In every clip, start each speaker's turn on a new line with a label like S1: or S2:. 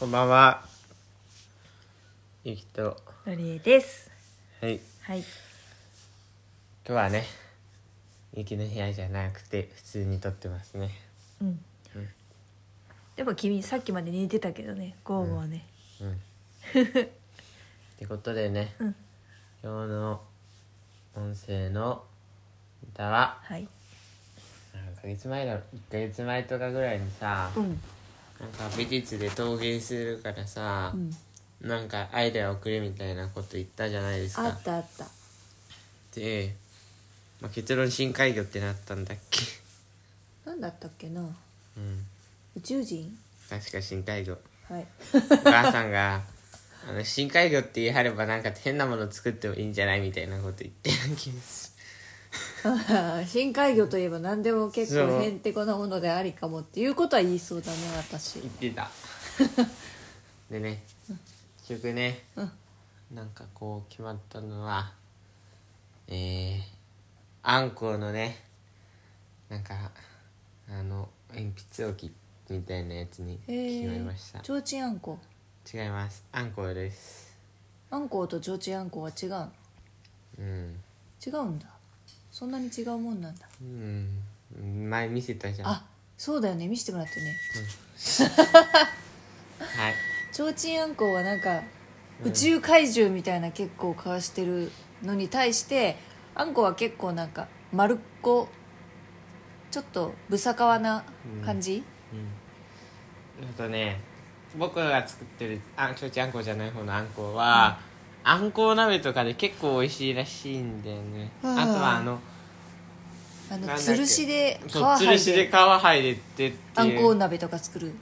S1: こんばんは。ゆきと。
S2: のりえです
S1: はい。今
S2: はい
S1: 日はね、ゆきの部屋じゃなくて、普通に撮ってますね。
S2: うん、でも君さっきまで寝てたけどねゴーゴーね
S1: うん。ってことでね、
S2: うん
S1: 今日の音声の歌は、
S2: はい
S1: 何ヶ月前だろ、1ヶ月前とかぐらいにさ、
S2: うん
S1: なんか美術で陶芸するからさ、
S2: うん
S1: なんかアイデアをくれみたいなこと言ったじゃないです
S2: あ
S1: か
S2: ったあった
S1: で、まあ、結論深海魚ってなったんだっけ
S2: なんだったっけな
S1: うん
S2: 宇宙人
S1: 確か深海魚
S2: はい
S1: お母さんがあの深海魚って言い張ればなんか変なもの作ってもいいんじゃないみたいなこと言ってる気がす
S2: 深海魚といえば何でも結
S1: そう
S2: 構へんてこなものでありかもっていうことは言いそうだね私
S1: る言ってたでね結局ね、
S2: うん
S1: なんかこう決まったのはえー、あんこうのねなんかあの鉛筆置きみたいなやつに
S2: え
S1: 決まりました、
S2: ちょうちんあんこ
S1: 違いますあんこうです
S2: あんことちょうちんあんこは違うの
S1: うん
S2: 違うんだそんなに違うもんなんだ
S1: うん前見せたじゃん
S2: あそうだよね見せてもらったよね
S1: はい
S2: ちょうちんあんこはなんか宇宙怪獣みたいな結構顔してるのに対してあんこは結構なんか丸っこちょっとぶさかわな感じ、
S1: うんあとね僕が作ってるあちょうちんあんこじゃない方のあんこは、あんこう鍋とかで結構美味しいらしいんだよねあ
S2: あ
S1: と
S2: ー
S1: はあの
S2: あ
S1: なんだ
S2: の
S1: っけ
S2: つるしで皮
S1: そうつ
S2: 剥
S1: る
S2: い
S1: しで皮
S2: で
S1: 剥いでってっていう
S2: あんこう鍋とか作る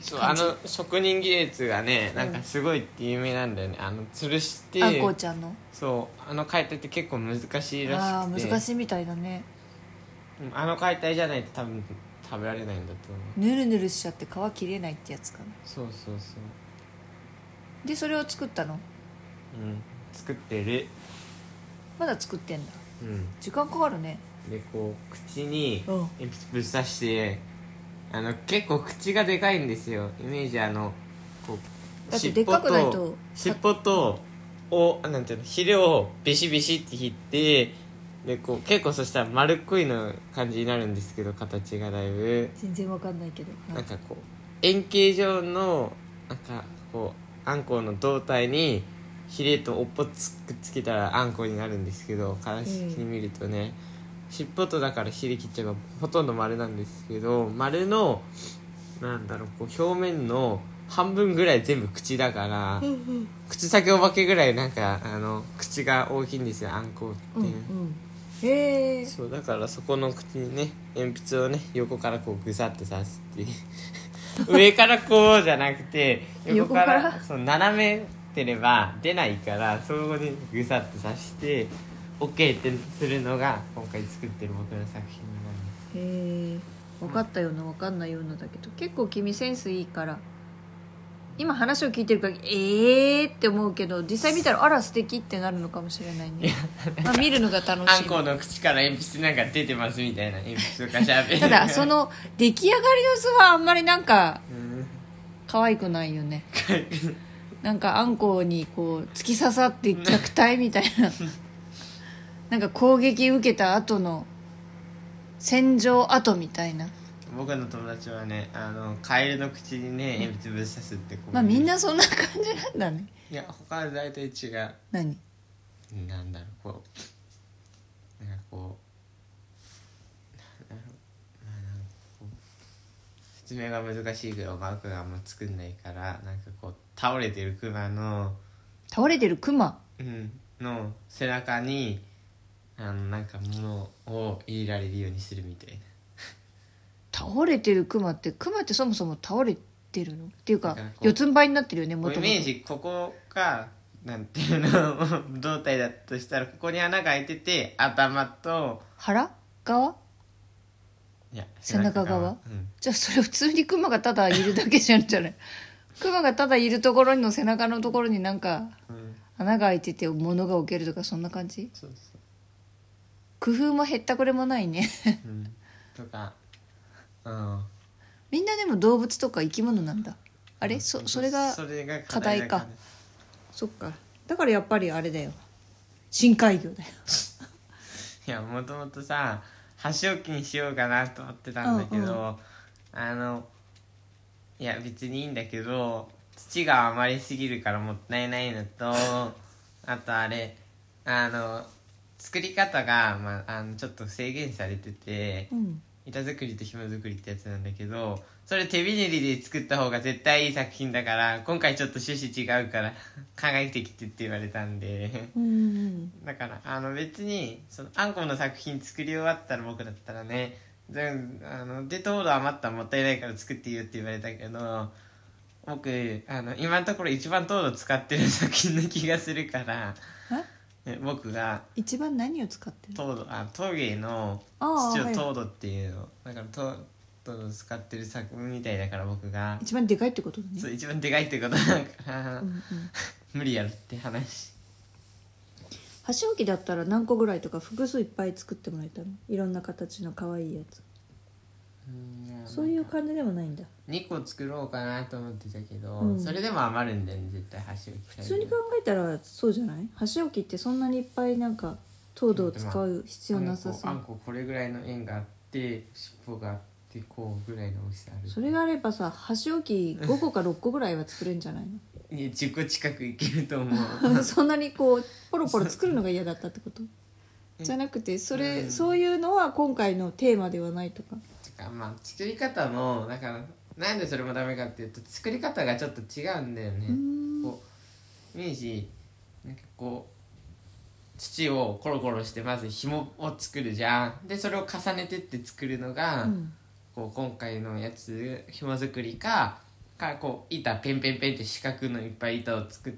S1: そうあ
S2: 感じ
S1: の職人技術がねなんかすごいって有名なんだよねあのつるして
S2: あんこうちゃんの
S1: そうあの解体って結構難しいら
S2: ああ
S1: しくて
S2: ー難しいみたいだね
S1: うんあの解体じゃないと多分食べられないんだと思う
S2: ぬるぬるしちゃって皮切れないってやつかな
S1: そうそうそう
S2: でそれを作ったの
S1: うん作ってる
S2: まだ作ってんだ
S1: うん
S2: 時間かかるね
S1: でこう口に
S2: うん
S1: 鉛筆ぶっ刺してあの結構口がでかいんですよイメージあのこう
S2: だってでっかくないと
S1: 尻尾とおあなんていうの肥料をビシビシって切ってでこう結構そしたら丸っこいの感じになるんですけど形がだいぶ
S2: 全然わかんないけど
S1: なんかこう円形状のなんかこうあんこうの胴体にヒレと尾っぽつくっつけたらあんこうになるんですけどからしに見るとね、尻尾とだからヒレ切っちゃえばほとんど丸なんですけど丸のなんだろうこう表面の半分ぐらい全部口だから、
S2: うんうん
S1: 口先お化けぐらいなんかあの口が大きいんですよあんこうって。
S2: うんうんへえ
S1: そうだからそこの口にね鉛筆をね横からこうグサッて刺すって いう上からこうじゃなくて横から
S2: 横から
S1: そう斜めてれば出ないからそこにグサッて刺して OK ってするのが今回作ってる僕の作品になります
S2: へえ分かったような分かんないようなだけど結構君センスいいから今話を聞いてるからええー、って思うけど実際見たらあら素敵ってなるのかもしれないね、まあ、見るのが楽
S1: あ
S2: し
S1: ん
S2: い
S1: この口から鉛筆なんか出てますみたいな鉛筆とかしゃべる
S2: ただその出来上がりの図はあんまりなんか
S1: うん
S2: 可愛くないよねなんかあんこにこう突き刺さって虐待みたいななんか攻撃受けた後の戦場跡みたいな
S1: 僕の友達はねあのカエルの口にね鉛筆ぶっ刺すって子も
S2: まあみんなそんな感じなんだね
S1: いや他は大体違う
S2: 何
S1: なんだろうこうなんかこうなんだろうまあなんかこう説明が難しいけどマークがあんま作んないからなんかこう倒れてるクマの、
S2: 倒れてるクマ
S1: うん、の背中にあのなんか物を入れられるようにするみたいな
S2: 倒れてるクマってクマってそもそも倒れてるのっていう
S1: だ
S2: か
S1: からこう
S2: 四つん這いになってるよね
S1: も
S2: も
S1: うイ
S2: とも
S1: メージここがなんていうの 胴体だとしたらここに穴が開いてて頭と
S2: 腹側
S1: いや
S2: 背中側
S1: うん
S2: じゃあそれ普通にクマがただいるだけじゃんじゃない クマがただいるところの背中のところになんか
S1: うん、
S2: 穴が開いてて物が置けるとかそんな感じ
S1: そうそう
S2: 工夫もへったくれもないね
S1: うんとか、うん、
S2: みんなでも動物とか生き物なんだああれそそれが
S1: それが
S2: 課題かそっかだからやっぱりあれだよ深海魚だよ
S1: いやもともとさ箸置きにしようかなと思ってたんだけど、
S2: うん
S1: あのいや別にいいんだけど土が余りすぎるからもったいないの とあとあれあの作り方が、まあ、あのちょっと制限されてて
S2: うん
S1: 板作りと紐作りってやつなんだけどそれ手びねりで作った方が絶対いい作品だから今回ちょっと趣旨違うから考えてきてって言われたんで。
S2: うん
S1: だからあの別にそのあんこの作品作り終わったら僕だったらね全あのデッドボード余ったらもったいないから作っていいよって言われたけど僕あの今のところ一番糖度使ってる作品な気がするから
S2: え
S1: ね僕が
S2: 一番何を使ってる
S1: 糖度あ陶芸の
S2: ああ
S1: 土
S2: は
S1: を
S2: い
S1: 糖度っていうの、だから糖糖度使ってる作品みたいだから僕が、
S2: 一番でかいってことだね
S1: そう一番でかいってことだから、
S2: うんうん、
S1: 無理やろって話
S2: 箸置きだったら何個ぐらいとか複数いっぱい作ってもらえたのいろんな形の可愛いやつそういう感じでもないんだ
S1: 2個作ろうかなと思ってたけど、
S2: うん
S1: それでも余るんだよね絶対箸置き普
S2: 普通に考えたらそうじゃない箸置きってそんなにいっぱいなんか糖度を使う必要なさそ
S1: あん
S2: う
S1: ここれぐらいの円があって尻尾があってこうぐらいの大きさある
S2: それがあればさ箸置き5個か6個ぐらいは作れるんじ ゃない
S1: いや10個近くいけると思う
S2: のそんなにこうポロポロ作るのが嫌だったってことじゃなくてそれ、
S1: うん
S2: そういうのは今回のテーマではないとか
S1: てかまあ作り方のだからなんでそれもダメかっていうと作り方がちょっと違うんだよね
S2: うーん
S1: こうイメージなんかこう土をコロコロしてまず紐を作るじゃんでそれを重ねてって作るのが、
S2: うん
S1: こう今回のやつ紐作りかかこう板ペンペンペンって四角のいっぱい板を作っ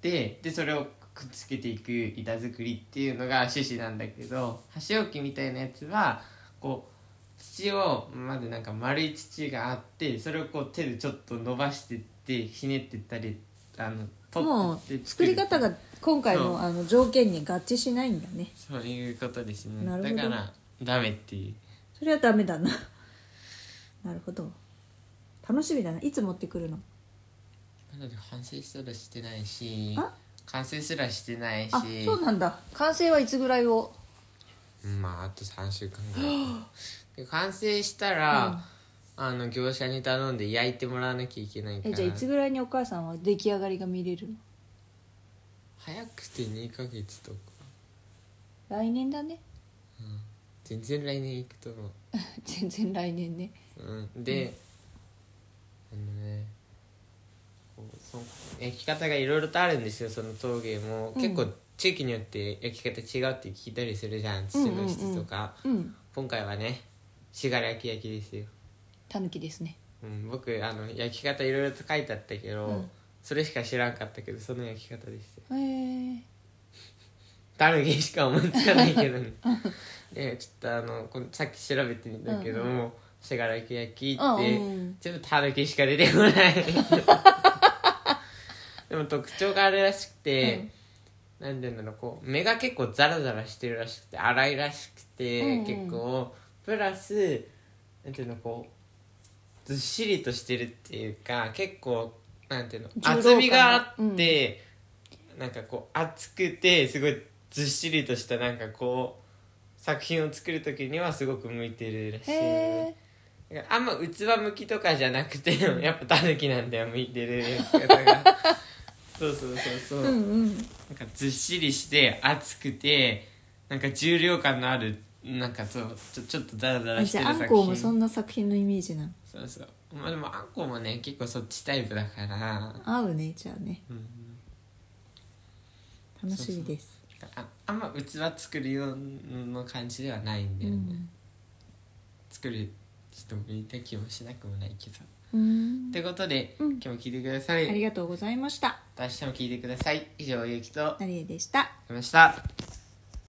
S1: てでそれをくっつけていく板作りっていうのが趣旨なんだけど箸置きみたいなやつはこう土をまずなんか丸い土があってそれをこう手でちょっと伸ばしてってひねってったりあの
S2: も
S1: 取ってっ
S2: う
S1: て
S2: 作り方が今回
S1: そう
S2: のあの条件に合致しないんだね
S1: そういうことですね
S2: なるほ
S1: だ
S2: ど
S1: からダメっていう
S2: それはダメだな なるほど楽しみだないつ持ってくるの
S1: なので反省すらしてないし
S2: あ
S1: 完成すらしてないし
S2: あそうなんだ完成はいつぐらいを
S1: うんまああと3週間 ぐらいで完成したら、あの業者に頼んで焼いてもらわなきゃいけないか
S2: え
S1: ら
S2: じゃあいつぐらいにお母さんは出来上がりが見れるの
S1: 早くて2ヶ月とか
S2: 来年だね
S1: 全然来年行くと思
S2: 全然来年ね
S1: う、うん、で、あのねこうそ焼き方がいろいろとあるんですよその陶芸も、
S2: うん
S1: 結構地域によって焼き方違うって聞いたりするじゃん土の質とか、
S2: うん
S1: 今回はね信楽焼き焼きですよ
S2: たぬきですね
S1: うん、僕あの焼き方いろいろと書いてあったけど、
S2: うん
S1: それしか知らんかったけどその焼き方ですよ
S2: へえ
S1: タヌキしか思いつかないけど ねでちょっとあのこのさっき調べてみたけども信楽、焼きって、
S2: うん
S1: 全部タヌキしか出てこ ないでも特徴があるらしくて、なんていうんだろうこう目が結構ザラザラしてるらしくて荒いらしくて、
S2: うんうん
S1: 結構プラスなんていうのこうずっしりとしてるっていうか結構なんていうの
S2: 重労働
S1: 厚みがあって、なんかこう厚くてすごいずっしりとしたなんかこう作品を作る時にはすごく向いてるらしい。
S2: へえ
S1: だからあんま器向きとかじゃなくてやっぱタヌキなんだよ向いてるやつ方が そうそうそうそう、
S2: うんうん
S1: なんかずっしりして厚くてなんか重量感のあるなんかそうちょちょっとザラザ
S2: あ
S1: ラして
S2: じ
S1: る
S2: ゃああん
S1: 作
S2: こ
S1: 品
S2: もそんな作品のイメージなの
S1: そうそうまあでもあんこもね結構そっちタイプだから、
S2: 合うねじゃあね
S1: うん、
S2: 楽しみです
S1: ああんま器作るような感じではないんだよね、作る人もいた気もしなくもないけど
S2: うん
S1: ってことで、
S2: うん
S1: 今日も聞いてください
S2: ありがとうございました
S1: また明日も聞いてください以上ゆうきとありがとう
S2: ナリエでした
S1: ございました